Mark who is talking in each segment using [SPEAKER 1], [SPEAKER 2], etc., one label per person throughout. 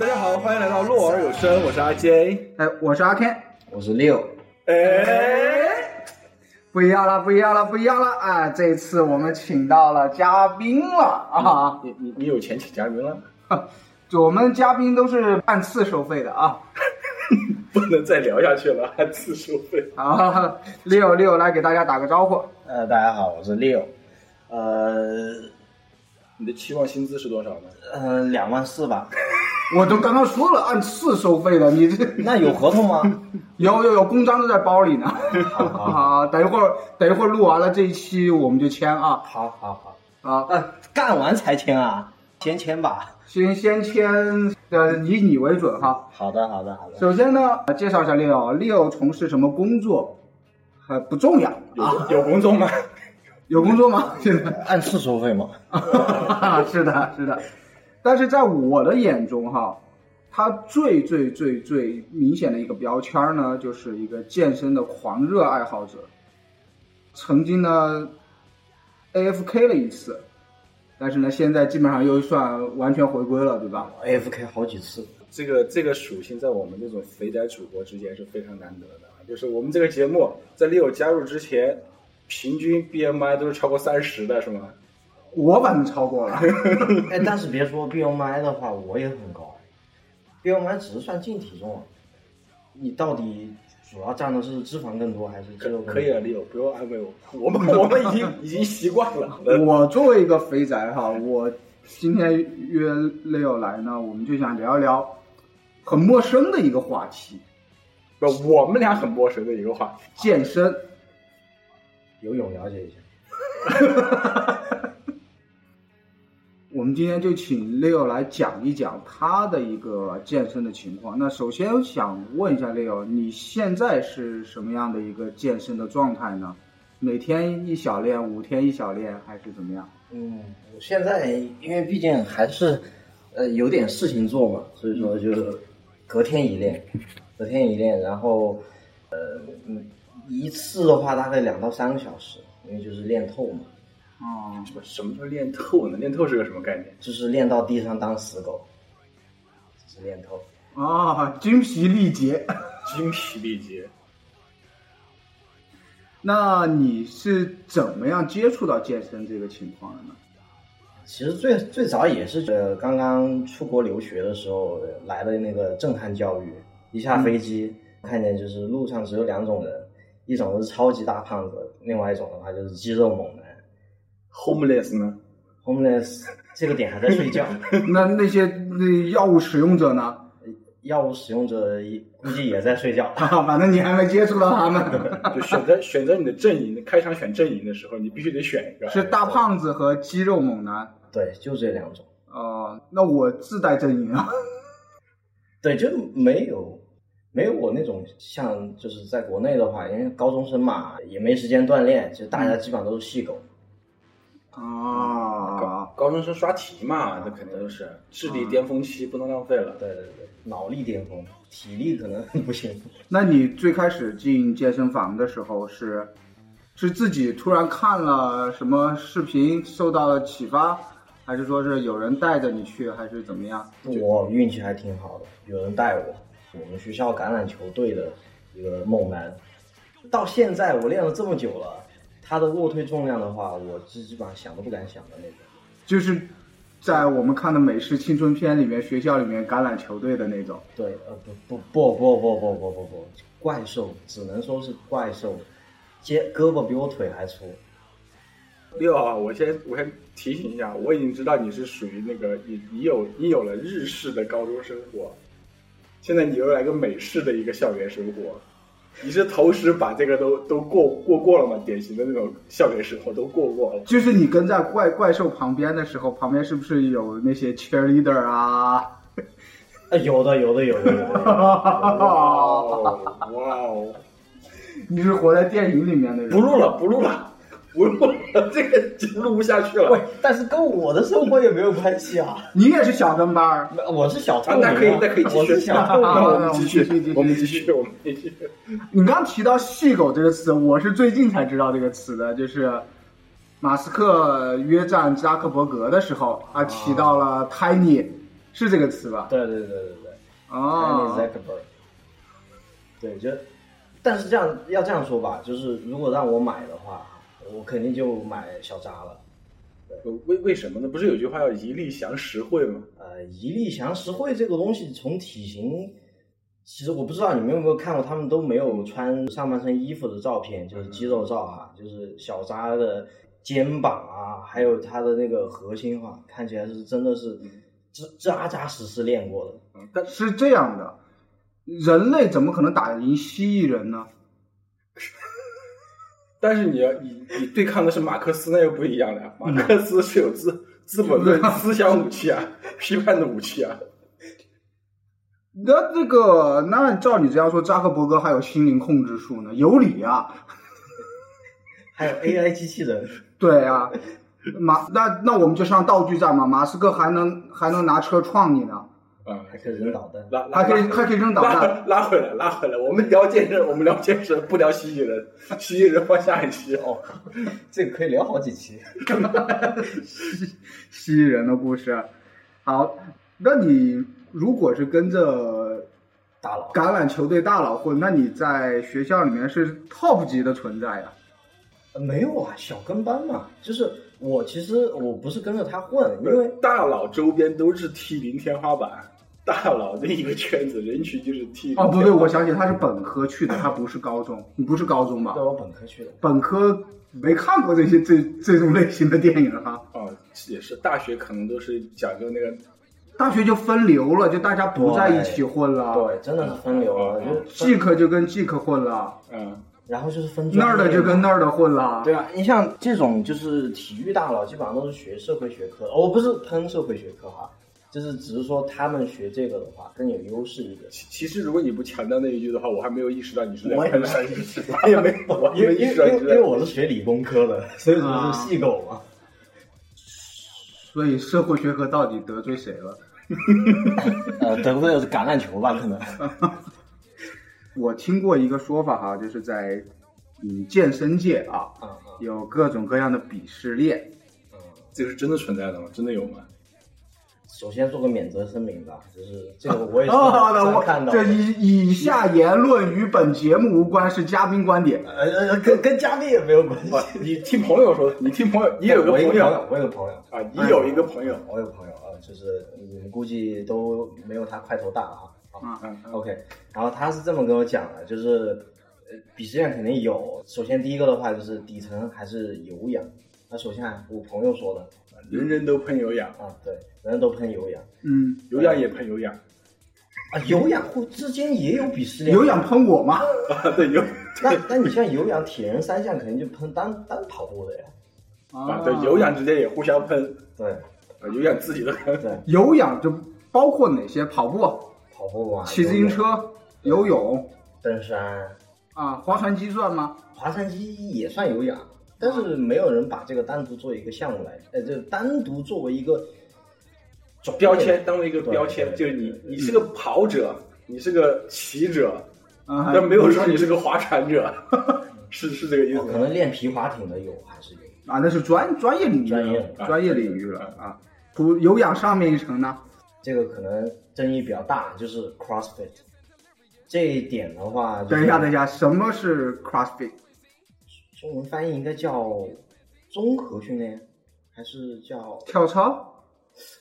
[SPEAKER 1] 大家好，欢迎来到洛尔有声，我是阿 J。
[SPEAKER 2] 哎，我是阿 Ken，
[SPEAKER 3] 我是六，
[SPEAKER 1] 哎，
[SPEAKER 2] 不一样了，不一样了，不一样了啊！这次我们请到了嘉宾了啊！
[SPEAKER 3] 你你你有钱请嘉宾了？
[SPEAKER 2] 我们嘉宾都是按次收费的啊！
[SPEAKER 1] 不能再聊下去了，按次收费。
[SPEAKER 2] 好，六六来给大家打个招呼。
[SPEAKER 3] 呃，大家好，我是六，呃
[SPEAKER 1] 你的期望薪资是多少呢？
[SPEAKER 3] 呃，两万四吧，
[SPEAKER 2] 我都刚刚说了按次收费的，你这
[SPEAKER 3] 那有合同吗？
[SPEAKER 2] 有有有公章都在包里呢。好，等一会儿等一会儿录完了这一期我们就签啊
[SPEAKER 3] 好好好，
[SPEAKER 2] 啊！
[SPEAKER 3] 呃，干完才签啊，先签吧。
[SPEAKER 2] 先先签，呃，以你为准哈。
[SPEAKER 3] 好的好的好的，
[SPEAKER 2] 首先呢，介绍一下 Leo。Leo 从事什么工作，呃，不重要
[SPEAKER 1] 有、
[SPEAKER 2] 啊。
[SPEAKER 1] 有工作吗？
[SPEAKER 2] 有工作吗？ 现在？
[SPEAKER 3] 按次收费吗？
[SPEAKER 2] 是的，是的。但是在我的眼中，哈，他最最最最明显的一个标签呢，就是一个健身的狂热爱好者。曾经呢，AFK 了一次，但是呢，现在基本上又算完全回归了，对吧？
[SPEAKER 3] AFK 好几次，
[SPEAKER 1] 这个这个属性在我们这种肥宅主播之间是非常难得的啊。就是我们这个节目在 Leo 加入之前，平均 BMI 都是超过三十的，是吗？
[SPEAKER 2] 我反正超过了，
[SPEAKER 3] 哎，但是别说 BMI 的话，我也很高，BMI 只是算净体重啊，你到底主要占的是脂肪更多还是肌
[SPEAKER 1] 可
[SPEAKER 3] 肉更多？
[SPEAKER 1] 可以啊了，Leo，不用安慰我，我们 我们已经已经习惯了。
[SPEAKER 2] 我作为一个肥宅哈，我今天约 Leo 来呢，我们就想聊一聊很陌生的一个话题
[SPEAKER 1] 不，我们俩很陌生的一个话
[SPEAKER 2] ——健身。
[SPEAKER 3] 游泳了解一下。
[SPEAKER 2] 我们今天就请 Leo 来讲一讲他的一个健身的情况。那首先想问一下 Leo，你现在是什么样的一个健身的状态呢？每天一小练，五天一小练，还是怎么样？
[SPEAKER 3] 嗯，我现在因为毕竟还是呃有点事情做嘛，所以说就隔天一练，隔天一练，然后呃嗯一次的话大概两到三个小时，因为就是练透嘛，
[SPEAKER 2] 哦、
[SPEAKER 1] 题，什么叫练透呢？练透是个什么概念？
[SPEAKER 3] 就是练到地上当死狗，就是练透。
[SPEAKER 2] 啊，精疲力竭。
[SPEAKER 1] 精疲力竭。
[SPEAKER 2] 那你是怎么样接触到健身这个情况的呢？
[SPEAKER 3] 其实最最早也是呃刚刚出国留学的时候呃来的那个震撼教育，一下飞机、看见就是路上只有两种人，一种是超级大胖子，另外一种的话就是肌肉猛男。
[SPEAKER 1] Homeless 呢？
[SPEAKER 3] homeless 这个点还在睡觉，
[SPEAKER 2] 那那些那药物使用者呢？
[SPEAKER 3] 药物使用者也估计也在睡觉。
[SPEAKER 2] 反正你还没接触到他们，
[SPEAKER 1] 就选择 选择你的阵营，开场选阵营的时候，你必须得选一个。
[SPEAKER 2] 是大胖子和肌肉猛男。
[SPEAKER 3] 对，就这两种。
[SPEAKER 2] 哦，那我自带阵营啊。
[SPEAKER 3] 对，就没有没有我那种像就是在国内的话，因为高中生嘛，也没时间锻炼，就大家基本上都是细狗。
[SPEAKER 2] 啊，
[SPEAKER 1] 高中生刷题嘛，那肯定就是智力巅峰期，不能浪费了。
[SPEAKER 3] 对对对，呃脑力巅峰，体力可能不行。
[SPEAKER 2] 那你最开始进健身房的时候是，是自己突然看了什么视频受到了启发，还是说是有人带着你去，还是怎么样？
[SPEAKER 3] 我运气还挺好的，有人带我。我们学校橄榄球队的一个猛男，到现在我练了这么久了，他的卧推重量的话，我基基本上想都不敢想的那种。
[SPEAKER 2] 就是在我们看的美式青春片里面，学校里面橄榄球队的那种。
[SPEAKER 3] 对，呃，不不不不不不不不不，怪兽只能说是怪兽，肩胳膊比我腿还粗。
[SPEAKER 1] 六啊，我先我先提醒一下，我已经知道你是属于那个你你有你有了日式的高中生活，现在你又来个美式的一个校园生活，你是同时把这个都都过过过了吗？典型的那种校园生活都过过 了。
[SPEAKER 2] 就是你跟在怪怪兽旁边的时候，旁边是不是有那些 cheerleader 啊？
[SPEAKER 3] 啊，有的有的有的有的有的。
[SPEAKER 1] 哦，哇哦！
[SPEAKER 2] 你是活在电影里面的人。
[SPEAKER 1] 不录了，不录了，不录了，这个节目录不下去了。
[SPEAKER 3] 喂，但是跟我的生活也没有关系啊。
[SPEAKER 2] 你也是小跟班儿。
[SPEAKER 3] 我是小
[SPEAKER 1] 啊
[SPEAKER 3] 透，明、
[SPEAKER 1] 那可以，那可以继
[SPEAKER 3] 我
[SPEAKER 1] 续
[SPEAKER 3] 是，小透
[SPEAKER 2] 啊
[SPEAKER 3] 明。
[SPEAKER 1] 那我们继续，
[SPEAKER 2] 我们继续
[SPEAKER 1] 我们
[SPEAKER 2] 继
[SPEAKER 1] 继
[SPEAKER 2] 续
[SPEAKER 1] 续，我们继续。
[SPEAKER 2] 你刚提到“细狗”这个词，我是最近才知道这个词的，就是马斯克约战扎克伯格的时候，他提到了 Tiny，是这个词吧？
[SPEAKER 3] 对对对对对。
[SPEAKER 2] 哦
[SPEAKER 3] Annie Zuckerberg。对，就，但是这样要这样说吧，就是如果让我买的话，我肯定就买小扎了。
[SPEAKER 1] 呃为为什么呢？不是有句话叫一粒降十惠吗？
[SPEAKER 3] 呃，一粒降十惠这个东西，从体型，其实我不知道你们有没有看过，他们都没有穿上半身衣服的照片，就是肌肉照啊，就是小扎的肩膀啊，还有他的那个核心啊，看起来是真的是扎扎扎实实练过的。
[SPEAKER 1] 啊但
[SPEAKER 2] 是这样的，人类怎么可能打赢蜥蜴人呢？
[SPEAKER 1] 但是你要你你对抗的是马克思，那又不一样了呀。马
[SPEAKER 2] 嗯
[SPEAKER 1] 克思是有资资本论思想武器啊，批判的武器啊。
[SPEAKER 2] 那这个，那照你这样说，扎克伯格还有心灵控制术呢，有理啊。
[SPEAKER 3] 还有 AI 机器人，
[SPEAKER 2] 对啊，马那那我们就上道具战嘛，马斯克还能还能拿车撞你呢，
[SPEAKER 1] 啊，
[SPEAKER 3] 还可以扔导弹。
[SPEAKER 1] 拉拉
[SPEAKER 2] 还可以
[SPEAKER 1] 拉
[SPEAKER 2] 还可以扔导弹。
[SPEAKER 1] 拉 拉回来，拉回来。我们聊健身，我们聊健身，不聊蜥蜴人。蜥蜴人放下一期哦。
[SPEAKER 3] 哦， 这个可以聊好几期。
[SPEAKER 2] 蜥蜴人的故事，好，那你如果是跟着
[SPEAKER 3] 大佬，
[SPEAKER 2] 橄榄球队大佬混，那你在学校里面是 top 级的存在呀、
[SPEAKER 3] 呃没有啊，小跟班嘛，就是我其实我不是跟着他混，因为
[SPEAKER 1] 大佬周边都是 T 零天花板，大佬那一个圈子人群就是 T 零。
[SPEAKER 2] 哦，不对，我想起他是本科去的，他不是高中，你不是高中吧
[SPEAKER 3] 对？我本科去的，
[SPEAKER 2] 本科没看过这些这这种类型的电影哈、
[SPEAKER 1] 哦，也是大学可能都是讲究那个
[SPEAKER 2] 大学就分流了，就大家不在一起混了。
[SPEAKER 3] 对，真的是分流了，
[SPEAKER 1] 嗯
[SPEAKER 3] 就是分
[SPEAKER 2] 即科就跟即科混了，
[SPEAKER 1] 嗯
[SPEAKER 3] 然后就是分
[SPEAKER 2] 那儿的就跟那
[SPEAKER 3] 儿。
[SPEAKER 2] 儿的混了。
[SPEAKER 3] 对啊，你像这种就是体育大佬，基本上都是学社会学科的。哦我、不是喷社会学科哈，就是只是说他们学这个的话更有优势一点。
[SPEAKER 1] 其其实如果你不强调那一句的话，我还没有意识到你是
[SPEAKER 3] 我
[SPEAKER 1] 两
[SPEAKER 3] 也
[SPEAKER 1] 个人，我也没有，我还
[SPEAKER 3] 因
[SPEAKER 1] 没
[SPEAKER 3] 为
[SPEAKER 1] 意
[SPEAKER 3] 因
[SPEAKER 1] 识
[SPEAKER 3] 为因
[SPEAKER 1] 到
[SPEAKER 3] 为
[SPEAKER 1] 你
[SPEAKER 3] 因
[SPEAKER 1] 是
[SPEAKER 3] 为
[SPEAKER 1] 两
[SPEAKER 3] 我是啊学理工科的，所以我是细狗嘛。
[SPEAKER 2] 所以社会学科到底得罪谁了？
[SPEAKER 3] 呃，得不对是橄榄球吧？可 能。
[SPEAKER 2] 我听过一个说法哈，就是在嗯健身界啊，
[SPEAKER 3] 嗯
[SPEAKER 2] 有各种各样的鄙视链。
[SPEAKER 3] 嗯嗯。
[SPEAKER 1] 这个是真的存在的吗？真的有吗？
[SPEAKER 3] 首先做个免责声明吧，就是这个我也是
[SPEAKER 1] 哦
[SPEAKER 2] 哦好的，
[SPEAKER 3] 我看
[SPEAKER 2] 我
[SPEAKER 3] 到
[SPEAKER 2] 这
[SPEAKER 3] 的，
[SPEAKER 2] 以以下言论与本节目无关，是嘉宾观点。
[SPEAKER 3] 呃呃，跟跟嘉宾也没有关系。
[SPEAKER 1] 啊，你听朋友说的，你听朋 友，你有
[SPEAKER 3] 我
[SPEAKER 1] 个
[SPEAKER 3] 一个
[SPEAKER 1] 朋
[SPEAKER 3] 朋
[SPEAKER 1] 友
[SPEAKER 3] 友，我有个朋友，
[SPEAKER 1] 啊，你有一个朋友，
[SPEAKER 3] 我有个朋友啊，就是你们估计都没有他块头大啊。啊
[SPEAKER 2] 啊
[SPEAKER 1] 嗯，
[SPEAKER 3] OK，然后他是这么跟我讲的，就是呃鄙视链肯定有。首先第一个的话就是底层还是有氧。那首先啊我朋友说的
[SPEAKER 1] 人人都喷有氧，
[SPEAKER 3] 啊，对，人人都喷有氧
[SPEAKER 2] 嗯，
[SPEAKER 1] 有氧也喷有氧
[SPEAKER 3] 啊，有氧互之间也有鄙视链。
[SPEAKER 2] 有氧喷我吗？
[SPEAKER 1] 啊，对有
[SPEAKER 3] 那那你像有氧、铁人三项肯定就喷单单跑步的呀。
[SPEAKER 1] 啊，对有氧之间也互相喷，
[SPEAKER 3] 对
[SPEAKER 1] 啊，有氧自己都喷，
[SPEAKER 3] 对，
[SPEAKER 2] 有氧就包括哪些？跑步、
[SPEAKER 3] 跑步啊，
[SPEAKER 2] 骑自行、车、游泳
[SPEAKER 3] 登山、
[SPEAKER 2] 啊，划船机算吗？
[SPEAKER 3] 划船机也算有氧，但是没有人把这个单独作为一个项目来，呃，就单独作为一个种类
[SPEAKER 1] 标签当为一个
[SPEAKER 3] 对
[SPEAKER 1] 标签，
[SPEAKER 3] 对
[SPEAKER 1] 就是你
[SPEAKER 3] 对
[SPEAKER 1] 你是个跑者，你是个骑者，
[SPEAKER 2] 啊，还
[SPEAKER 1] 但没有说你是个划船者，是是这个意思
[SPEAKER 3] 哦可
[SPEAKER 1] 吗？
[SPEAKER 3] 能练皮划艇的有还是有，
[SPEAKER 2] 啊，那是专专业领域
[SPEAKER 3] 专业
[SPEAKER 2] 了，
[SPEAKER 3] 领
[SPEAKER 1] 域
[SPEAKER 2] 专业领域了啊。除有氧上面一层呢，
[SPEAKER 3] 这个可能争议比较大，就是 CrossFit 这一点的话，
[SPEAKER 2] 等一下，等一
[SPEAKER 3] 下，
[SPEAKER 2] 下，什么是 CrossFit？
[SPEAKER 3] 中文翻译应该叫综合训练，还是叫
[SPEAKER 2] 跳操？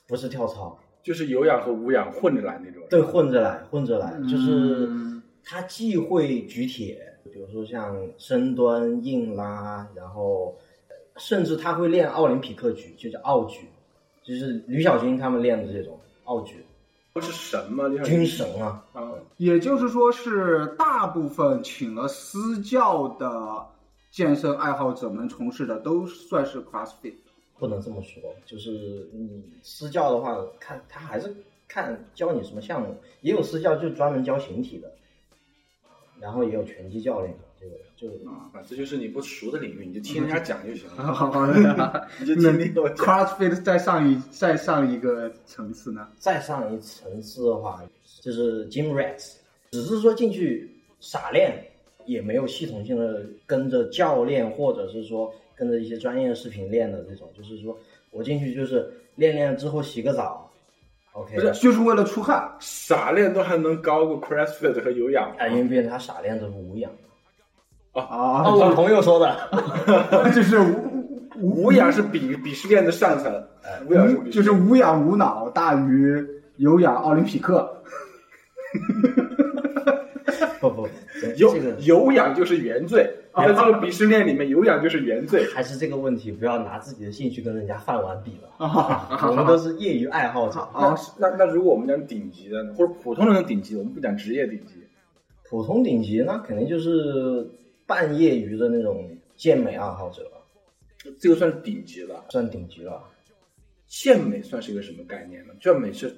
[SPEAKER 3] 不是跳操？
[SPEAKER 1] 就是有氧和无氧混着来那种。
[SPEAKER 3] 对，混着来，混着来，就是
[SPEAKER 2] 嗯
[SPEAKER 3] 他既会举铁，比如说像深蹲、硬拉，然后呃甚至他会练奥林匹克举，就叫奥举，就是吕小军他们练的这种奥举，
[SPEAKER 1] 不是神吗？你
[SPEAKER 3] 军
[SPEAKER 1] 看
[SPEAKER 3] 神啊，
[SPEAKER 1] 啊，
[SPEAKER 2] 也就是说是大部分请了私教的健身爱好者们从事的都算是 CrossFit。
[SPEAKER 3] 不能这么说，就是你私教的话，看他还是看教你什么项目，也有私教就专门教形体的，然后也有拳击教练，这个就
[SPEAKER 1] 啊，这就是你不熟的领域，你就听人家讲就行
[SPEAKER 2] 好
[SPEAKER 1] 了。
[SPEAKER 2] 好好的，
[SPEAKER 1] 你就听听我讲。
[SPEAKER 2] CrossFit 再上一再上一个层次呢？
[SPEAKER 3] 再上一层次的话，就是 Gym Rats，只是说进去傻练，也没有系统性的跟着教练或者是说跟着一些专业视频练的这种，就是说我进去就是练练之后洗个澡，哦， OK，
[SPEAKER 1] 不是
[SPEAKER 2] 就是为了出汗。
[SPEAKER 1] 傻练都还能高过 CrossFit 和有氧吗
[SPEAKER 3] 啊，因为变成他傻练这是无氧。
[SPEAKER 2] 啊，
[SPEAKER 3] 啊，我朋友 说的。
[SPEAKER 2] 就是无无
[SPEAKER 1] 无氧是鄙鄙视链的上层，无氧是鄙视
[SPEAKER 2] 无
[SPEAKER 1] 链
[SPEAKER 2] 就是无氧无脑大于有氧奥林匹克。
[SPEAKER 3] 不不，
[SPEAKER 1] 有
[SPEAKER 3] 这个
[SPEAKER 1] 有氧就是原罪，在这个鄙视链里面，有氧就是原罪。
[SPEAKER 3] 还是这个问题，不要拿自己的兴趣跟人家饭碗比了。
[SPEAKER 2] 啊
[SPEAKER 3] 我们都是业余爱好者，
[SPEAKER 1] 那啊那那如果我们讲顶级的呢，或者普通人的顶级，我们不讲职业顶级，
[SPEAKER 3] 普通顶级那肯定就是半业余的那种健美爱好者了，
[SPEAKER 1] 这个算是顶级了。
[SPEAKER 3] 算顶级了。
[SPEAKER 1] 健美算是一个什么概念呢？健美是，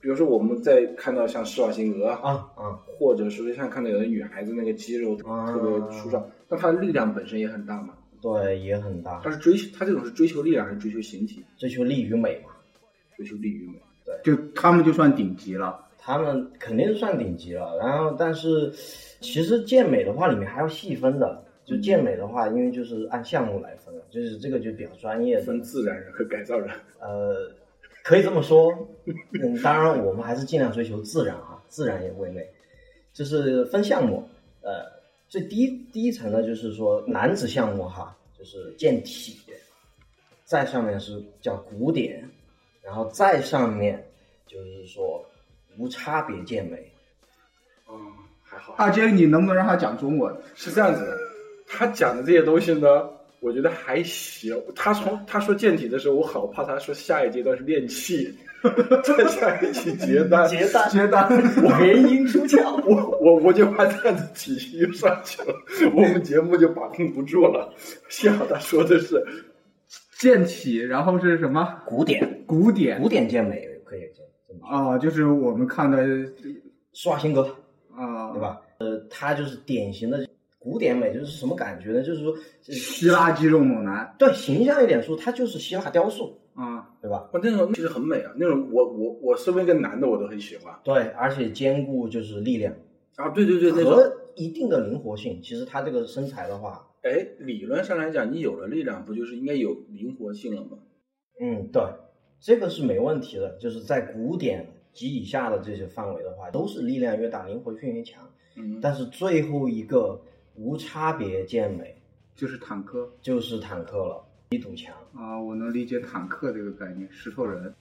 [SPEAKER 1] 比如说我们在看到像施瓦辛格啊，
[SPEAKER 3] 啊啊，
[SPEAKER 1] 或者是像看到有的女孩子那个肌肉
[SPEAKER 3] 啊
[SPEAKER 1] 特别粗壮，那她的力量本身也很大嘛。
[SPEAKER 3] 对，也很大
[SPEAKER 1] 她，是追求她这种是追求力量还是追求形体？
[SPEAKER 3] 追求力与美嘛，
[SPEAKER 1] 追求力与美。
[SPEAKER 2] 就他们就算顶级了。
[SPEAKER 3] 他们肯定算顶级了。然后，但是其实健美的话，里面还要细分的。就健美的话，因为就是按项目来分了，就是这个就比较专业的
[SPEAKER 1] 分，自然人和改造人。
[SPEAKER 3] 呃，可以这么说。嗯，当然我们还是尽量追求自然啊，自然也为美。就是分项目，呃，最低第一层呢，就是说男子项目哈，就是健体，再上面是叫古典，然后再上面就是说无差别健美。
[SPEAKER 1] 哦，还好。
[SPEAKER 2] 阿啊杰，你能不能让他讲中文？
[SPEAKER 1] 是这样子的，他讲的这些东西呢，我觉得还行。他从他说健体的时候，我好怕他说下一阶段是练气， 再下一期结单，
[SPEAKER 3] 结单
[SPEAKER 2] 觉得
[SPEAKER 3] 原因出窍，
[SPEAKER 1] 我我我就怕这样子体系又上去了，我们节目就把控不住了。幸好他说的是
[SPEAKER 2] 健体，然后是什么
[SPEAKER 3] 古典
[SPEAKER 2] 古典
[SPEAKER 3] 古典健美可以这这么说，
[SPEAKER 2] 啊、就是我们看的
[SPEAKER 3] 施瓦辛格。
[SPEAKER 2] 啊，
[SPEAKER 3] 对？吧？呃，它就是典型的古典美，就是什么感觉呢？就是说，
[SPEAKER 2] 希腊肌肉猛男
[SPEAKER 3] 对，形象一点说，它就是希腊雕塑，
[SPEAKER 2] 啊，
[SPEAKER 3] 对吧？
[SPEAKER 1] 哇，那种其实很美啊，那种我我我身为一个男的，我都很喜欢
[SPEAKER 3] 对，而且兼顾就是力量
[SPEAKER 1] 啊。对对对，那种
[SPEAKER 3] 和一定的灵活性。其实它这个身材的话，
[SPEAKER 1] 哎，理论上来讲，你有了力量，不就是应该有灵活性了吗？
[SPEAKER 3] 嗯，对，这个是没问题的。就是在古典及以下的这些范围的话，都是力量越大，灵活性越强。
[SPEAKER 1] 嗯，
[SPEAKER 3] 但是最后一个无差别健美
[SPEAKER 2] 就是坦克
[SPEAKER 3] 就是坦克了，一堵墙。
[SPEAKER 2] 啊，我能理解坦克这个概念，石头人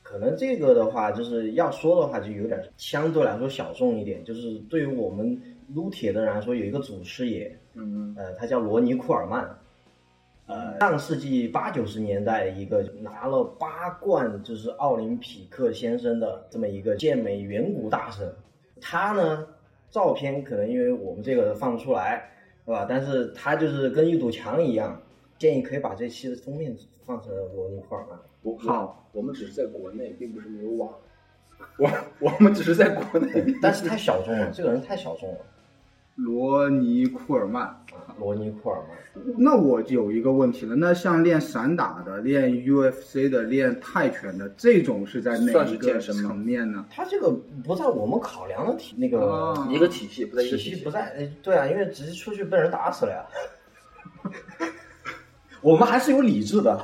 [SPEAKER 3] 可能这个的话，就是要说的话，就有点相对来说小众一点，就是对于我们撸铁的人来说，有一个祖师爷，
[SPEAKER 1] 嗯
[SPEAKER 3] 呃，他叫罗尼库尔曼，呃，上世纪八九十年代一个拿了八冠就是奥林匹克先生的这么一个健美远古大神，他呢照片可能因为我们这个放不出来，是吧？但是他就是跟一堵墙一样，建议可以把这期的封面放成罗尼库尔曼。
[SPEAKER 1] 我我
[SPEAKER 2] 好，
[SPEAKER 1] 我们只是在国内，并不是没有网。我我们只是在国 内，
[SPEAKER 3] 但是太小众了，这个人太小众了。
[SPEAKER 2] 罗尼库尔曼。
[SPEAKER 3] 啊，罗尼库尔曼，
[SPEAKER 2] 那我有一个问题了，那像练散打的、练 UFC 的、练泰拳的这种是在哪
[SPEAKER 1] 算
[SPEAKER 2] 一
[SPEAKER 1] 是
[SPEAKER 2] 个
[SPEAKER 1] 健身吗呃
[SPEAKER 2] 层面呢？
[SPEAKER 3] 他这个不在我们考量的体那个
[SPEAKER 2] 啊
[SPEAKER 1] 一个体系不在一
[SPEAKER 3] 体
[SPEAKER 1] 个
[SPEAKER 3] 系
[SPEAKER 1] 系
[SPEAKER 3] 不。在，呃对啊，因为直接出去被人打死了呀。我们还是有理智的，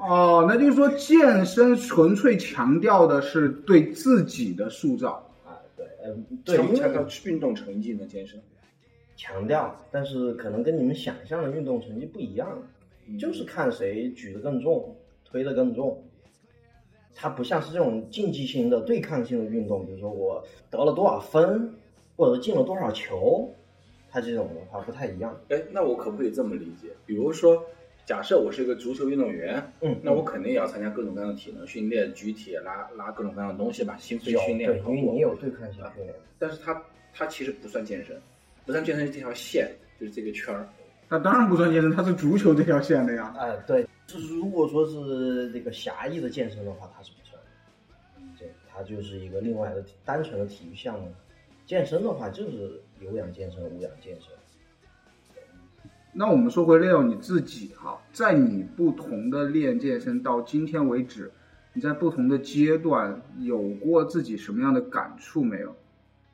[SPEAKER 2] 哦，那就是说健身纯粹强调的是对自己的塑造。
[SPEAKER 3] 啊，对，呃，对，
[SPEAKER 1] 强
[SPEAKER 3] 因
[SPEAKER 1] 强调
[SPEAKER 3] 为
[SPEAKER 1] 运动成绩能健身，
[SPEAKER 3] 强调，但是可能跟你们想象的运动成绩不一样，
[SPEAKER 1] 嗯
[SPEAKER 3] 就是看谁举得更重，推得更重。它不像是这种竞技性的、对抗性的运动，比如说我得了多少分，或者进了多少球，它这种的话不太一样。
[SPEAKER 1] 哎，那我可不可以这么理解？比如说，假设我是一个足球运动员，
[SPEAKER 3] 嗯，
[SPEAKER 1] 那我肯定也要参加各种各样的体能训练、举铁、拉拉各种各样的东西吧，心肺
[SPEAKER 3] 有
[SPEAKER 1] 训练。
[SPEAKER 3] 对，因为你有对抗性训练，
[SPEAKER 1] 但是它它其实不算健身，不算健身是这条线，就是这个圈儿。
[SPEAKER 2] 那当然不算健身，它是足球这条线的呀。
[SPEAKER 3] 啊、对，就是如果说是这个狭义的健身的话，它是不算的，对，它就是一个另外的体单纯的体育项目。健身的话就是有氧健身、无氧健身。
[SPEAKER 2] 那我们说回 Leo 你自己哈，在你不同的练健身到今天为止，你在不同的阶段有过自己什么样的感触没有？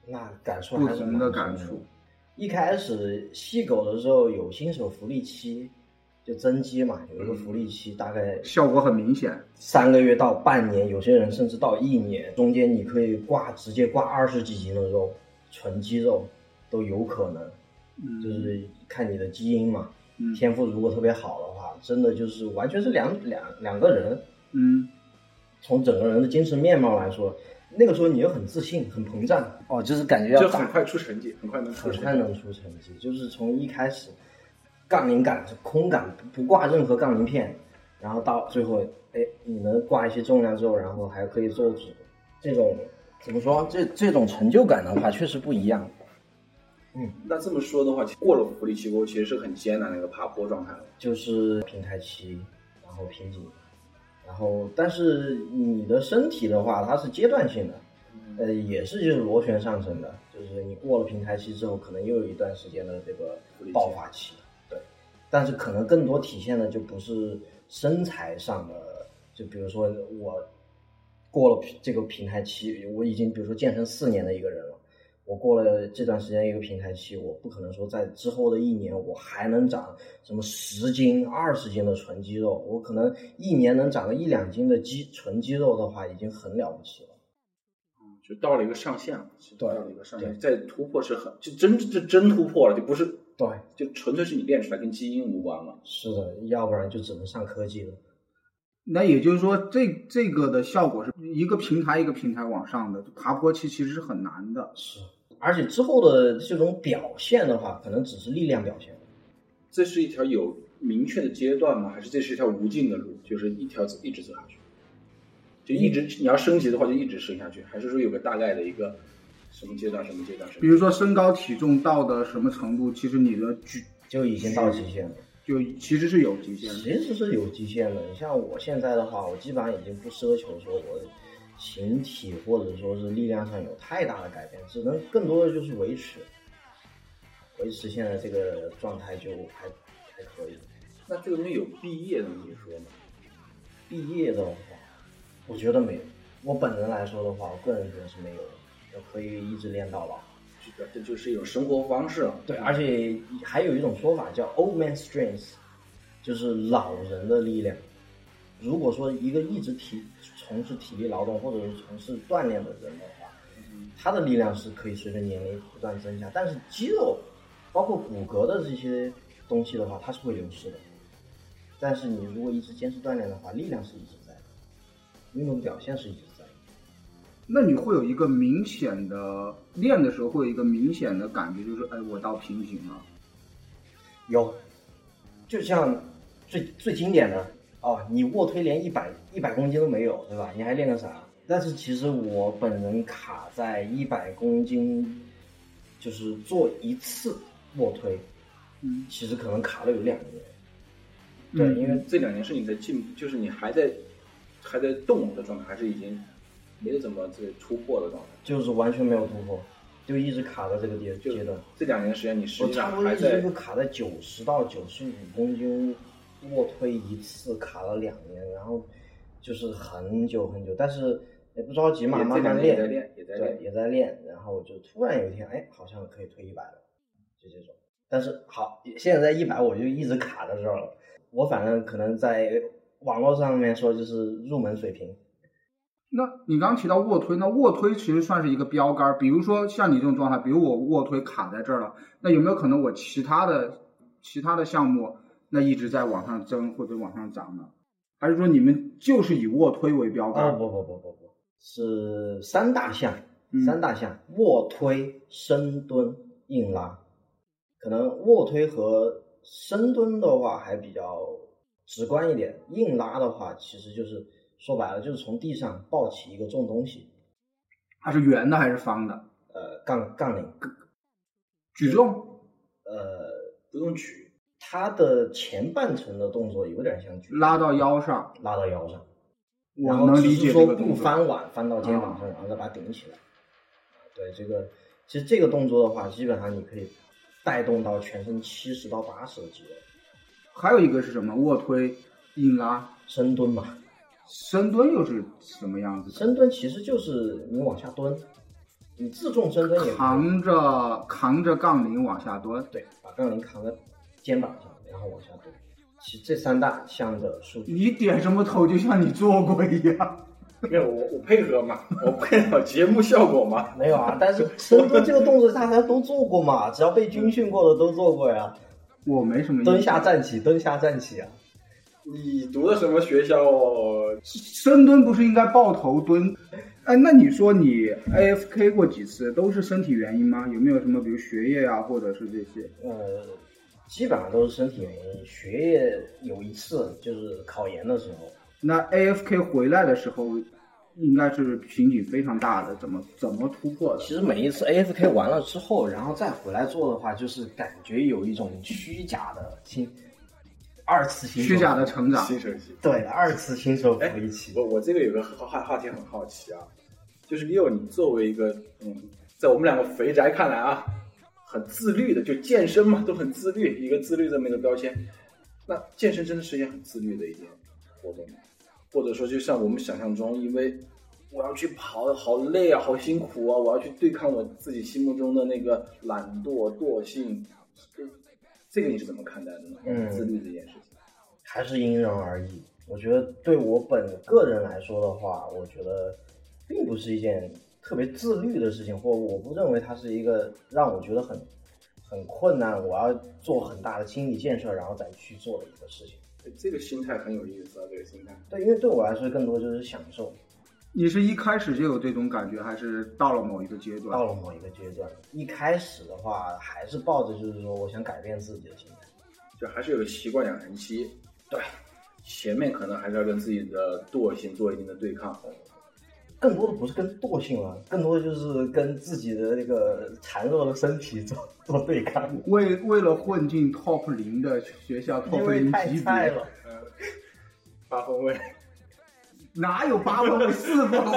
[SPEAKER 3] 那感受
[SPEAKER 2] 不
[SPEAKER 3] 还是
[SPEAKER 2] 同
[SPEAKER 3] 蛮
[SPEAKER 2] 的
[SPEAKER 3] 深
[SPEAKER 2] 感触。
[SPEAKER 3] 一开始细狗的时候有新手福利期，就增肌嘛，有
[SPEAKER 2] 嗯
[SPEAKER 3] 一个福利期，大概
[SPEAKER 2] 效果很明显。
[SPEAKER 3] 三个月到半年，有些人甚至到一年，中间你可以挂直接挂二十几斤的肉，纯肌肉都有可能，就
[SPEAKER 2] 嗯
[SPEAKER 3] 是看你的基因嘛。
[SPEAKER 2] 嗯
[SPEAKER 3] 天赋如果特别好的话，真的就是完全是两两两个人。
[SPEAKER 2] 嗯，
[SPEAKER 3] 从整个人的精神面貌来说，那个时候你又很自信、很膨胀，哦，就是感觉
[SPEAKER 1] 就
[SPEAKER 3] 要
[SPEAKER 1] 很
[SPEAKER 3] 打
[SPEAKER 1] 快出成绩，很快能出
[SPEAKER 3] 很
[SPEAKER 1] 成
[SPEAKER 3] 快
[SPEAKER 1] 绩。
[SPEAKER 3] 能出成绩，就是从一开始杠铃杆是空杆，不挂任何杠铃片，然后到最后，哎，你能挂一些重量之后，然后还可以做主，这种怎么说？这这种成就感的话，确实不一样。
[SPEAKER 4] 那这么说的话，过了福利期过后，其实是很艰难的一个爬坡状态了。
[SPEAKER 3] 就是平台期，然后瓶颈，然后但是你的身体的话，它是阶段性的，呃，也是就是螺旋上升的，就是你过了平台期之后，可能又有一段时间的这个爆发期，对，但是可能更多体现的就不是身材上的，就比如说我过了平这个平台期，我已经比如说健身四年的一个人了。我过了这段时间一个平台期，我不可能说在之后的一年我还能长什么十斤、二十斤的纯肌肉，我可能一年能长个一两斤的肌纯肌肉的话，已经很了不起了。
[SPEAKER 4] 就到了一个上限了，其实
[SPEAKER 3] 对
[SPEAKER 4] 到了一个上限，再突破是很就真就真突破了，就不是
[SPEAKER 3] 对，
[SPEAKER 4] 就纯粹是你练出来，跟基因无关了。
[SPEAKER 3] 是的，要不然就只能上科技了。
[SPEAKER 2] 那也就是说，这这个的效果是一个平台一个平台往上的，爬坡期其实是很难的。
[SPEAKER 3] 是，而且之后的这种表现的话，可能只是力量表现。
[SPEAKER 4] 这是一条有明确的阶段吗？还是这是一条无尽的路？就是一条一直走下去，就一直你要升级的话，就一直升下去，还是说有个大概的一个什么阶段、什么阶段？什么阶段
[SPEAKER 2] 比如说身高体重到的什么程度，其实你的举
[SPEAKER 3] 就已经到极限了，
[SPEAKER 2] 就其实是有极限的。
[SPEAKER 3] 其实是有极限的。你像我现在的话，我基本上已经不奢求说我形体或者说是力量上有太大的改变，只能更多的就是维持，维持现在这个状态就还还可以。
[SPEAKER 4] 那这个东西有毕业的东西说吗？
[SPEAKER 3] 毕业的话，我觉得没有。我本人来说的话，我个人觉得是没有的，我可以一直练到老。
[SPEAKER 4] 这个这就是一种生活方式了。
[SPEAKER 3] 对，而且还有一种说法叫 old man strength，就是老人的力量。如果说一个一直体从事体力劳动或者是从事锻炼的人的话，他的力量是可以随着年龄不断增加，但是肌肉，包括骨骼的这些东西的话，它是会流失的。但是你如果一直坚持锻炼的话，力量是一直在的，运动表现是一直在的。
[SPEAKER 2] 那你会有一个明显的练的时候会有一个明显的感觉，就是哎，我到瓶颈了。
[SPEAKER 3] 有，就像最最经典的哦，你卧推连一百一百公斤都没有，对吧？你还练个啥？但是其实我本人卡在一百公斤，就是做一次卧推，
[SPEAKER 2] 嗯，
[SPEAKER 3] 其实可能卡了有两年。对，
[SPEAKER 2] 嗯
[SPEAKER 3] 因为
[SPEAKER 4] 这两年是你在进步，就是你还在还在动的状态，还是已经没怎么这个突破的状态？
[SPEAKER 3] 就是完全没有突破，就一直卡在这个阶
[SPEAKER 4] 就
[SPEAKER 3] 阶段。
[SPEAKER 4] 这两年时间，你实
[SPEAKER 3] 我
[SPEAKER 4] 际
[SPEAKER 3] 差
[SPEAKER 4] 上
[SPEAKER 3] 不多
[SPEAKER 4] 还
[SPEAKER 3] 一直
[SPEAKER 4] 在
[SPEAKER 3] 就卡在九十到九十五公斤卧推一次，卡了两年，然后就是很久很久，但是也不着急嘛，
[SPEAKER 4] 也
[SPEAKER 3] 慢慢
[SPEAKER 4] 也在练，也在
[SPEAKER 3] 对，
[SPEAKER 4] 练。
[SPEAKER 3] 也在练，然后就突然有一天，哎，好像可以推一百了，就这种。但是好，现在一百我就一直卡在这儿了。我反正可能在网络上面说就是入门水平，
[SPEAKER 2] 那你刚提到卧推，那卧推其实算是一个标杆儿。比如说像你这种状态，比如我卧推卡在这儿了，那有没有可能我其他的其他的项目那一直在往上增或者往上涨呢？还是说你们就是以卧推为标杆
[SPEAKER 3] 哦
[SPEAKER 2] 儿？
[SPEAKER 3] 不不不不不，是三大项，
[SPEAKER 2] 嗯
[SPEAKER 3] 三大项：卧推、深蹲、硬拉。可能卧推和深蹲的话还比较直观一点，硬拉的话其实就是说白了就是从地上抱起一个重东西，
[SPEAKER 2] 它是圆的还是方的？
[SPEAKER 3] 呃，杠杠铃，
[SPEAKER 2] 举重
[SPEAKER 3] 呃，
[SPEAKER 4] 不用举，
[SPEAKER 3] 它的前半程的动作有点像举
[SPEAKER 2] 拉到腰上，
[SPEAKER 3] 拉到腰上，
[SPEAKER 2] 我
[SPEAKER 3] 然后
[SPEAKER 2] 能
[SPEAKER 3] 只
[SPEAKER 2] 理
[SPEAKER 3] 是
[SPEAKER 2] 解
[SPEAKER 3] 说
[SPEAKER 2] 这个
[SPEAKER 3] 不
[SPEAKER 2] 动作。啊
[SPEAKER 3] 翻碗，翻到肩膀上，然后再把它顶起来。对这个，其实这个动作的话，基本上你可以带动到全身七十到八十的肌肉。
[SPEAKER 2] 还有一个是什么？卧推、硬拉、
[SPEAKER 3] 深蹲嘛，
[SPEAKER 2] 深蹲又是什么样子的？
[SPEAKER 3] 深蹲其实就是你往下蹲，你自重深蹲也可以，
[SPEAKER 2] 扛着扛着杠铃往下蹲，
[SPEAKER 3] 对，把杠铃扛在肩膀上，然后往下蹲。其这三大项的数据。
[SPEAKER 2] 你点什么头就像你做过一样。
[SPEAKER 1] 没有我我配合嘛，我配合节目效果嘛。
[SPEAKER 3] 没有啊，但是深蹲这个动作大家都做过嘛，只要被军训过的都做过呀。
[SPEAKER 2] 我没什么
[SPEAKER 3] 蹲
[SPEAKER 2] 意
[SPEAKER 3] 下站起，蹲下站起啊。
[SPEAKER 1] 你读的什么学校？
[SPEAKER 2] 深蹲不是应该抱头蹲？哎，那你说你 AFK 过几次，都是身体原因吗？有没有什么比如学业啊，或者是这些？
[SPEAKER 3] 呃，基本上都是身体原因，学业有一次就是考研的时候，
[SPEAKER 2] 那 AFK 回来的时候，应该是瓶颈非常大的，怎么怎么突破的？
[SPEAKER 3] 其实每一次 AFK 完了之后，然后再回来做的话，就是感觉有一种虚假的新二次新手
[SPEAKER 2] 虚假的成
[SPEAKER 3] 啊
[SPEAKER 2] 长，
[SPEAKER 1] 新手系。
[SPEAKER 3] 对二次新手
[SPEAKER 1] 哎
[SPEAKER 3] 回起。
[SPEAKER 1] 我我这个有个话话题很好奇啊，就是六，你作为一个嗯，在我们两个肥宅看来啊，很自律的，就健身嘛，都很自律，一个自律这么一个标签。那健身真的是一件很自律的一件活动吗，或者说就像我们想象中，因为我要去跑，好累啊，好辛苦啊，我要去对抗我自己心目中的那个懒惰惰性，这这个你是怎么看待的呢？
[SPEAKER 3] 嗯
[SPEAKER 1] 自律这件事情。
[SPEAKER 3] 还是因人而异。我觉得对我本个人来说的话，我觉得并不是一件特别自律的事情，或我不认为它是一个让我觉得很很困难，我要做很大的心理建设，然后再去做的一个事情。
[SPEAKER 1] 哎这个心态很有意思啊，这个心态。
[SPEAKER 3] 对，因为对我来说，更多就是享受。
[SPEAKER 2] 你是一开始就有这种感觉，还是到了某一个阶段
[SPEAKER 3] 到？了某一个阶段，一开始的话，还是抱着就是说我想改变自己的心态。
[SPEAKER 1] 就还是有个习惯养成期。对，前面可能还是要跟自己的惰性做一定的对抗。
[SPEAKER 3] 更多的不是跟惰性了，更多的就是跟自己的那个孱弱的身体做做对抗。
[SPEAKER 2] 为为了混进 top 零的学校 top 零级别，
[SPEAKER 3] 了，
[SPEAKER 1] 八分位，
[SPEAKER 2] 哪有八分位四分位？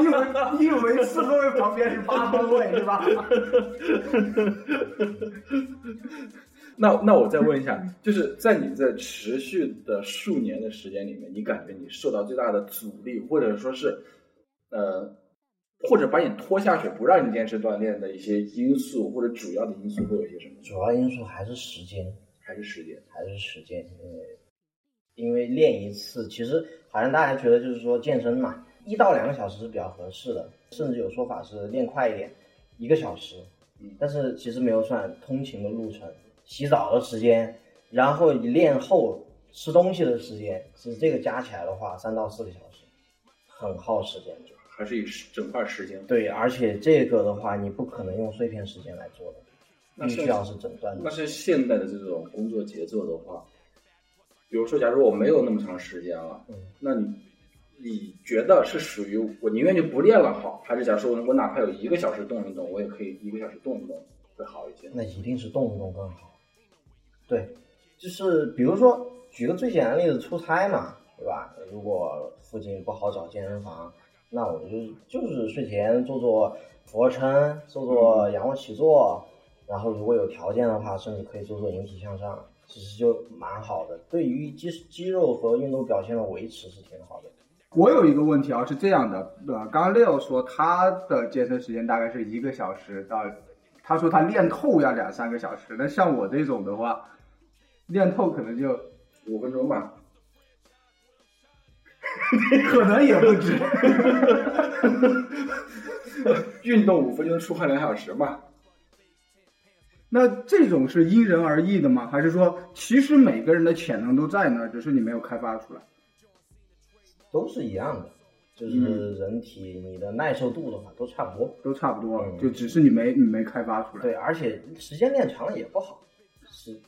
[SPEAKER 2] 你以为你以为四分位旁边是八分位对吧？
[SPEAKER 1] 那那我再问一下， 就是在你这持续的数年的时间里面，你感觉你受到最大的阻力，或者说是，呃，或者把你拖下水不让你坚持锻炼的一些因素，或者主要的因素会有一些什么？
[SPEAKER 3] 主要因素还是时间，
[SPEAKER 1] 还是时间？
[SPEAKER 3] 还是时间，因为因为练一次，其实好像大家觉得就是说健身嘛，一到两个小时是比较合适的，甚至有说法是练快一点，一个小时
[SPEAKER 1] 嗯，
[SPEAKER 3] 但是其实没有算通勤的路程、洗澡的时间，然后你练后吃东西的时间，其实这个加起来的话，三到四个小时，很耗时间的。
[SPEAKER 1] 还是以时整块时间？
[SPEAKER 3] 对，而且这个的话，你不可能用碎片时间来做的，
[SPEAKER 1] 那
[SPEAKER 3] 必
[SPEAKER 1] 是
[SPEAKER 3] 须要是整段
[SPEAKER 1] 那
[SPEAKER 3] 的。
[SPEAKER 1] 是现代的这种工作节奏的话，比如说，假如我没有那么长时间了，
[SPEAKER 3] 嗯
[SPEAKER 1] 那你你觉得是属于我宁愿就不练了好，还是假如说我哪怕有一个小时动一动，我也可以一个小时动一动会好一些？
[SPEAKER 3] 那一定是动不动更好。对，就是比如说，举个最简单的例子，出差嘛，对吧？如果附近不好找健身房，那我就就是睡前做做俯卧撑，做做仰卧起坐，然后如果有条件的话，甚至可以做做引体向上，其实就蛮好的。对于肌肌肉和运动表现的维持是挺好的。
[SPEAKER 2] 我有一个问题啊，是这样的，呃，刚刚 Leo 说他的健身时间大概是一个小时到，他说他练透要两三个小时，那像我这种的话，练透可能就
[SPEAKER 1] 五分钟吧，
[SPEAKER 2] 可能也不止。
[SPEAKER 1] 运动五分钟出汗两小时嘛，
[SPEAKER 2] 那这种是因人而异的吗？还是说其实每个人的潜能都在那儿，只是你没有开发出来？
[SPEAKER 3] 都是一样的，就是人体你的耐受度的话都差不多。
[SPEAKER 2] 都差不多，
[SPEAKER 3] 嗯
[SPEAKER 2] 就只是你没你没开发出来。
[SPEAKER 3] 对，而且时间练长了也不好。是，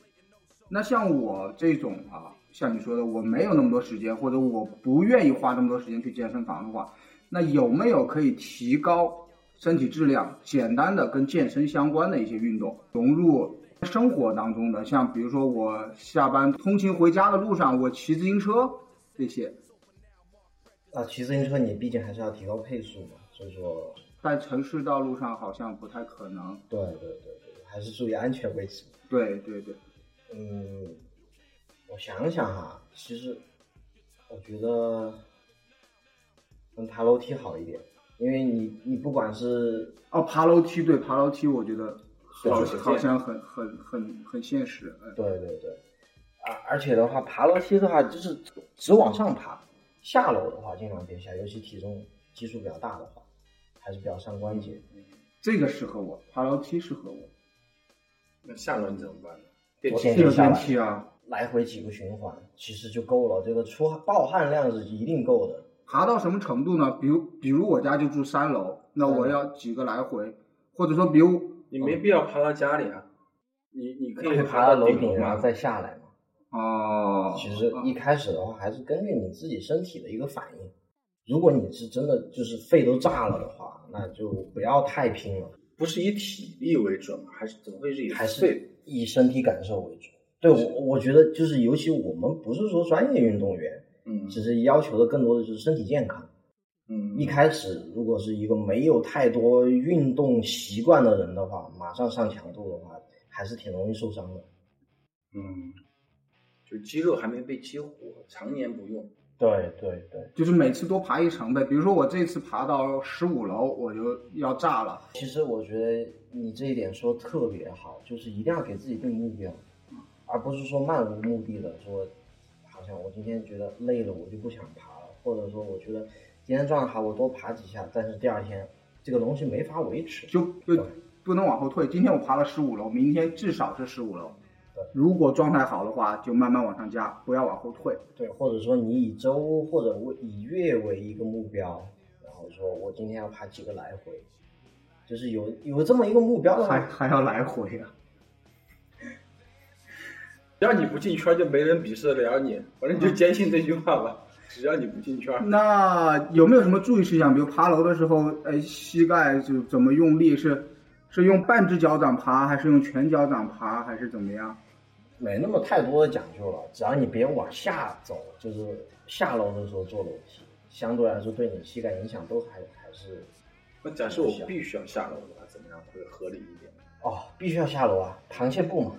[SPEAKER 2] 那像我这种啊，像你说的，我没有那么多时间，或者我不愿意花那么多时间去健身房的话，那有没有可以提高身体质量、简单的跟健身相关的一些运动，融入生活当中的？像比如说我下班通勤回家的路上，我骑自行车这些，
[SPEAKER 3] 啊，骑自行车你毕竟还是要提高配速嘛，所以说，
[SPEAKER 2] 在城市道路上好像不太可能。
[SPEAKER 3] 对对对对，还是注意安全为主。
[SPEAKER 2] 对对对，
[SPEAKER 3] 嗯，我想想哈、其实我觉得，嗯，爬楼梯好一点，因为你你不管是
[SPEAKER 2] 哦，爬楼梯，对，爬楼梯，我觉得好
[SPEAKER 1] 好
[SPEAKER 2] 好像很很很很现实。嗯
[SPEAKER 3] 对对对，啊，而且的话，爬楼梯的话就是只往上爬，下楼的话尽量别下，尤其体重基数比较大的话，还是比较伤关节。
[SPEAKER 2] 这个适合我，爬楼梯适合我，
[SPEAKER 1] 那下楼你怎么办呢？
[SPEAKER 3] 我
[SPEAKER 1] 电
[SPEAKER 3] 电
[SPEAKER 2] 这
[SPEAKER 3] 梯
[SPEAKER 2] 个
[SPEAKER 3] 下
[SPEAKER 2] 电
[SPEAKER 3] 来，
[SPEAKER 2] 梯啊，
[SPEAKER 3] 来回几个循环，其实就够了。这个出暴汗量是一定够的。
[SPEAKER 2] 爬到什么程度呢？比如，比如我家就住三楼，那我
[SPEAKER 3] 嗯
[SPEAKER 2] 要几个来回，或者说，比如
[SPEAKER 1] 你没必要爬到家里啊，你你可以
[SPEAKER 3] 会
[SPEAKER 1] 爬
[SPEAKER 3] 到
[SPEAKER 1] 楼
[SPEAKER 3] 楼顶啊然
[SPEAKER 1] 嘛
[SPEAKER 3] 后。再下来嘛。
[SPEAKER 2] 哦，
[SPEAKER 3] 其实一开始的话，还是根据你自己身体的一个反应。如果你是真的就是肺都炸了的话，那就不要太拼了，
[SPEAKER 1] 不是以体力为准嘛，还是怎么会是以
[SPEAKER 3] 还
[SPEAKER 1] 肺
[SPEAKER 3] 是以身体感受为主。对我，我觉得就是，尤其我们不是说专业运动员，
[SPEAKER 1] 嗯
[SPEAKER 3] 只是要求的更多的就是身体健康。
[SPEAKER 1] 嗯
[SPEAKER 3] 一开始如果是一个没有太多运动习惯的人的话，马上上强度的话，还是挺容易受伤的。
[SPEAKER 1] 嗯，就肌肉还没被激活，常年不用，
[SPEAKER 3] 对对对，
[SPEAKER 2] 就是每次多爬一层呗。比如说我这次爬到十五楼，我就要炸了。
[SPEAKER 3] 其实我觉得你这一点说特别好，就是一定要给自己定目标，而不是说漫无目的的说，好像我今天觉得累了，我就不想爬了，或者说我觉得今天状态好，我多爬几下，但是第二天这个东西没法维持。
[SPEAKER 2] 就就
[SPEAKER 3] 对
[SPEAKER 2] 不能往后退。今天我爬了十五楼，明天至少是十五楼
[SPEAKER 3] 对。
[SPEAKER 2] 如果状态好的话，就慢慢往上加，不要往后退。
[SPEAKER 3] 对，或者说你以周或者为以月为一个目标，然后说我今天要爬几个来回，就是有有这么一个目标的
[SPEAKER 2] 还
[SPEAKER 3] 话，
[SPEAKER 2] 还要来回啊！
[SPEAKER 1] 只要你不进圈，就没人鄙视得了你。反正你就坚信这句话吧，只要你不进 圈，
[SPEAKER 2] 那有没有什么注意事项？比如爬楼的时候，哎，膝盖就怎么用力？是是用半只脚掌爬，还是用全脚掌爬，还是怎么样？
[SPEAKER 3] 没那么太多的讲究了，只要你别往下走，就是下楼的时候坐楼梯，相对来说对你膝盖影响都还还是
[SPEAKER 1] 那假设我必须要下楼的话，怎么样会合理一点？
[SPEAKER 3] 哦，必须要下楼啊，螃蟹步嘛，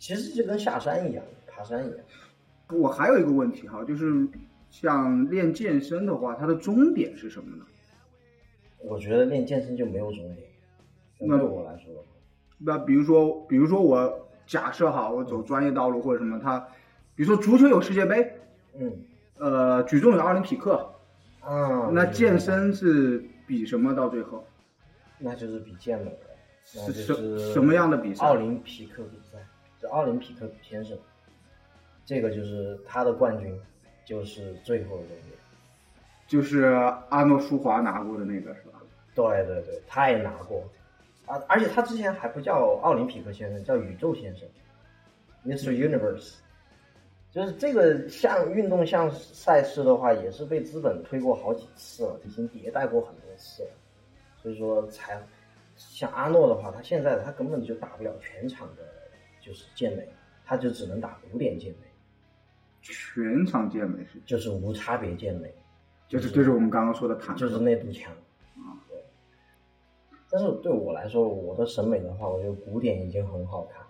[SPEAKER 3] 其实就跟下山一样，爬山一样。
[SPEAKER 2] 我还有一个问题哈，就是像练健身的话，它的终点是什么呢？
[SPEAKER 3] 我觉得练健身就没有终点，
[SPEAKER 2] 那
[SPEAKER 3] 对我来说的话，
[SPEAKER 2] 那比如说，比如说我假设哈，我走专业道路或者什么，它，比如说足球有世界杯，
[SPEAKER 3] 嗯
[SPEAKER 2] 呃，举重有奥林匹克，
[SPEAKER 3] 啊，
[SPEAKER 2] 那健身是比什么到最后？
[SPEAKER 3] 那就是比健美了，那
[SPEAKER 2] 是什
[SPEAKER 3] 就是
[SPEAKER 2] 什么样的比赛
[SPEAKER 3] 奥林匹克比赛，是奥林匹克先生，这个就是他的冠军，就是最后的终点。
[SPEAKER 2] 就是阿诺舒华拿过的那个是吧？
[SPEAKER 3] 对对对，他也拿过，啊，而且他之前还不叫奥林匹克先生，叫宇宙先生，Mr. Universe。就是这个项运动项赛事的话，也是被资本推过好几次了，已经迭代过很多次了，所以说才像阿诺的话，他现在他根本就打不了全场的，就是健美，他就只能打古典健美，
[SPEAKER 2] 全场健美是，
[SPEAKER 3] 就是无差别健美。
[SPEAKER 2] 就是就是我们刚刚说的坦克，
[SPEAKER 3] 就是那堵墙。啊对。但是对我来说，我的审美的话，我觉得古典已经很好看了。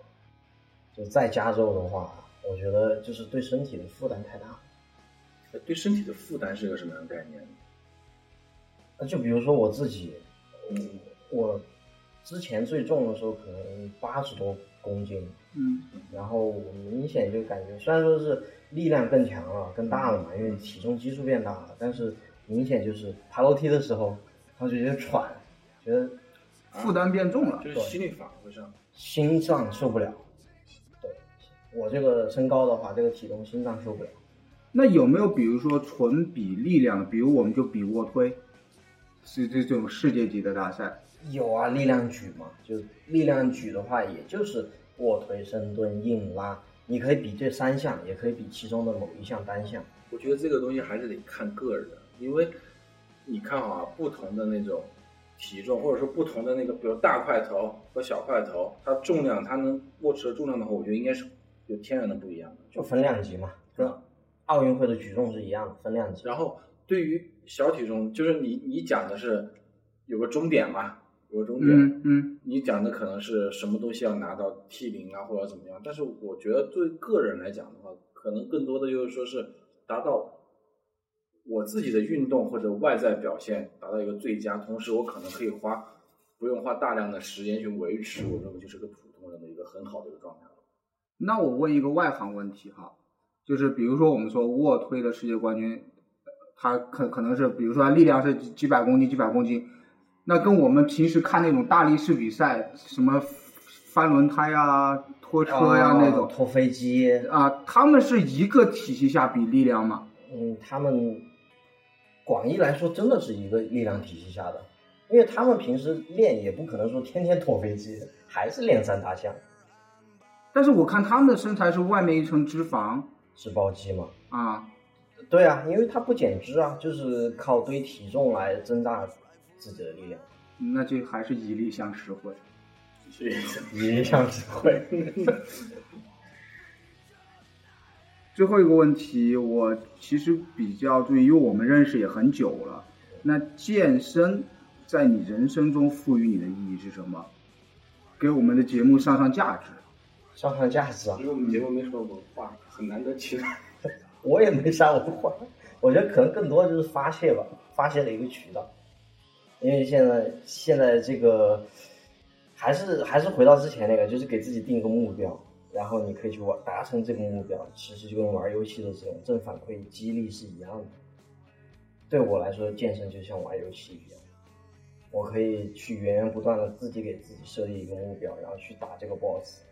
[SPEAKER 3] 就在加州的话，我觉得就是对身体的负担太大了。
[SPEAKER 1] 对身体的负担是个什么样的概念？
[SPEAKER 3] 那就比如说我自己，
[SPEAKER 1] 嗯，
[SPEAKER 3] 我之前最重的时候可能八十多公斤，
[SPEAKER 2] 嗯，
[SPEAKER 3] 然后我明显就感觉，虽然说是力量更强了、更大了嘛，因为体重基数变大了，但是明显就是爬楼梯的时候，然后就觉得喘，觉得
[SPEAKER 2] 负担变重了
[SPEAKER 1] 就。是心率反而会上。
[SPEAKER 3] 心脏受不了。对，我这个身高的话，这个体重心脏受不了。
[SPEAKER 2] 那有没有比如说纯比力量，比如我们就比卧推，是这种世界级的大赛，
[SPEAKER 3] 有啊，力量举嘛，就力量举的话，也就是卧推、深蹲、硬拉，你可以比这三项，也可以比其中的某一项单项。
[SPEAKER 1] 我觉得这个东西还是得看个人，因为你看啊，不同的那种体重，或者说不同的那个，比如大块头和小块头，它重量它能握持的重量的话，我觉得应该是有天然的不一样的。
[SPEAKER 3] 就分量级嘛，跟奥运会的举重是一样的分量级。
[SPEAKER 1] 然后对于小体重，就是你你讲的是有个终点嘛，有个终点，
[SPEAKER 2] 嗯嗯，
[SPEAKER 1] 你讲的可能是什么东西要拿到 T 零啊，或者怎么样。但是我觉得对个人来讲的话，可能更多的就是说是达到我自己的运动或者外在表现达到一个最佳，同时我可能可以花不用花大量的时间去维持，我认为就是个普通人的一个很好的一个状态了。
[SPEAKER 2] 那我问一个外行问题哈，就是比如说我们说卧推的世界冠军，呃他可可能是比如说他力量是几几百公斤几百公斤，那跟我们平时看那种大力士比赛，什么翻轮胎啊、拖车呀、那种
[SPEAKER 3] 拖飞机，
[SPEAKER 2] 啊，他们是一个体系下比力量嘛？
[SPEAKER 3] 嗯，他们广义来说真的是一个力量体系下的，因为他们平时练也不可能说天天拖飞机，还是练三大项，
[SPEAKER 2] 但是我看他们的身材是外面一层脂肪
[SPEAKER 3] 是暴击嘛。
[SPEAKER 2] 啊，
[SPEAKER 3] 对啊，因为他不减脂啊，就是靠堆体重来增大自己的力量。
[SPEAKER 2] 那就还是以力相实惠。
[SPEAKER 4] 是这样
[SPEAKER 3] 影响是会，
[SPEAKER 2] 最后一个问题，我其实比较注意，因为我们认识也很久了。那健身在你人生中赋予你的意义是什么？给我们的节目上上价值。
[SPEAKER 3] 上上价值啊
[SPEAKER 4] 因！为我们节目没什么文化，很难得请。
[SPEAKER 3] 我也没啥文化，我觉得可能更多就是发泄吧，发泄的一个渠道。因为现在现在这个还是还是回到之前那个，就是给自己定一个目标，然后你可以去玩达成这个目标，其实就跟玩游戏的这种正反馈激励是一样的。对我来说，健身就像玩游戏一样，我可以去源源不断的自己给自己设立一个目标，然后去打这个 BOSS。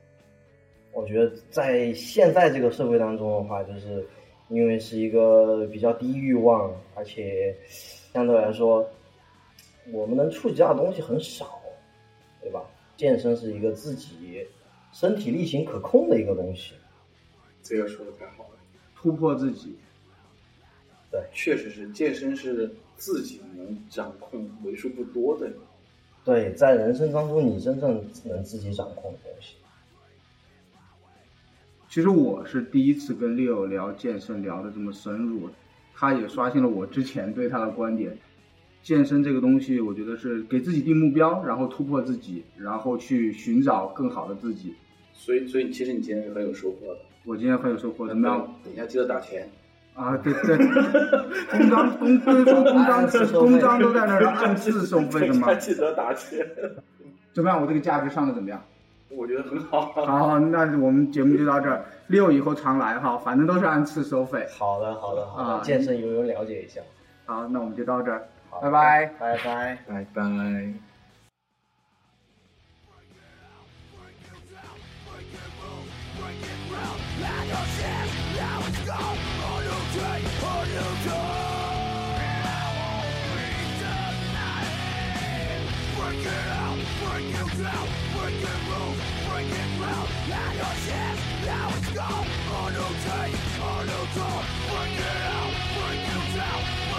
[SPEAKER 3] 我觉得在现在这个社会当中的话，就是因为是一个比较低欲望，而且相对来说，我们能触及到的东西很少，对吧？健身是一个自己身体力行可控的一个东西，
[SPEAKER 4] 这个说的太好了，
[SPEAKER 2] 突破自己，
[SPEAKER 4] 确实是健身是自己能掌控为数不多的。
[SPEAKER 3] 对，在人生当中你真正能自己掌控的东西。
[SPEAKER 2] 其实我是第一次跟 Leo 聊健身聊得这么深入，他也刷新了我之前对他的观点。健身这个东西，我觉得是给自己定目标，然后突破自己，然后去寻找更好的自己。
[SPEAKER 4] 所以，所以其实你今天是很有收获的。
[SPEAKER 2] 我今天很有收获，怎么样？
[SPEAKER 4] 等一下记得打钱。
[SPEAKER 2] 啊，对对，公章公公章公章公章都在那儿暗自收费的吗
[SPEAKER 4] 等一？下 记得打钱，
[SPEAKER 2] 怎么样？我这个价值上的怎么样？
[SPEAKER 4] 我觉得很好。
[SPEAKER 2] 好，那我们节目就到这儿。六以后常来哈，反正都是按次收费。
[SPEAKER 3] 好的，好的，好的，
[SPEAKER 2] 啊
[SPEAKER 3] 健身游泳了解一下。
[SPEAKER 2] 好，那我们就到这儿，
[SPEAKER 3] 好
[SPEAKER 2] 拜拜。
[SPEAKER 3] 拜拜。
[SPEAKER 4] 拜拜。
[SPEAKER 5] Break it out, break you down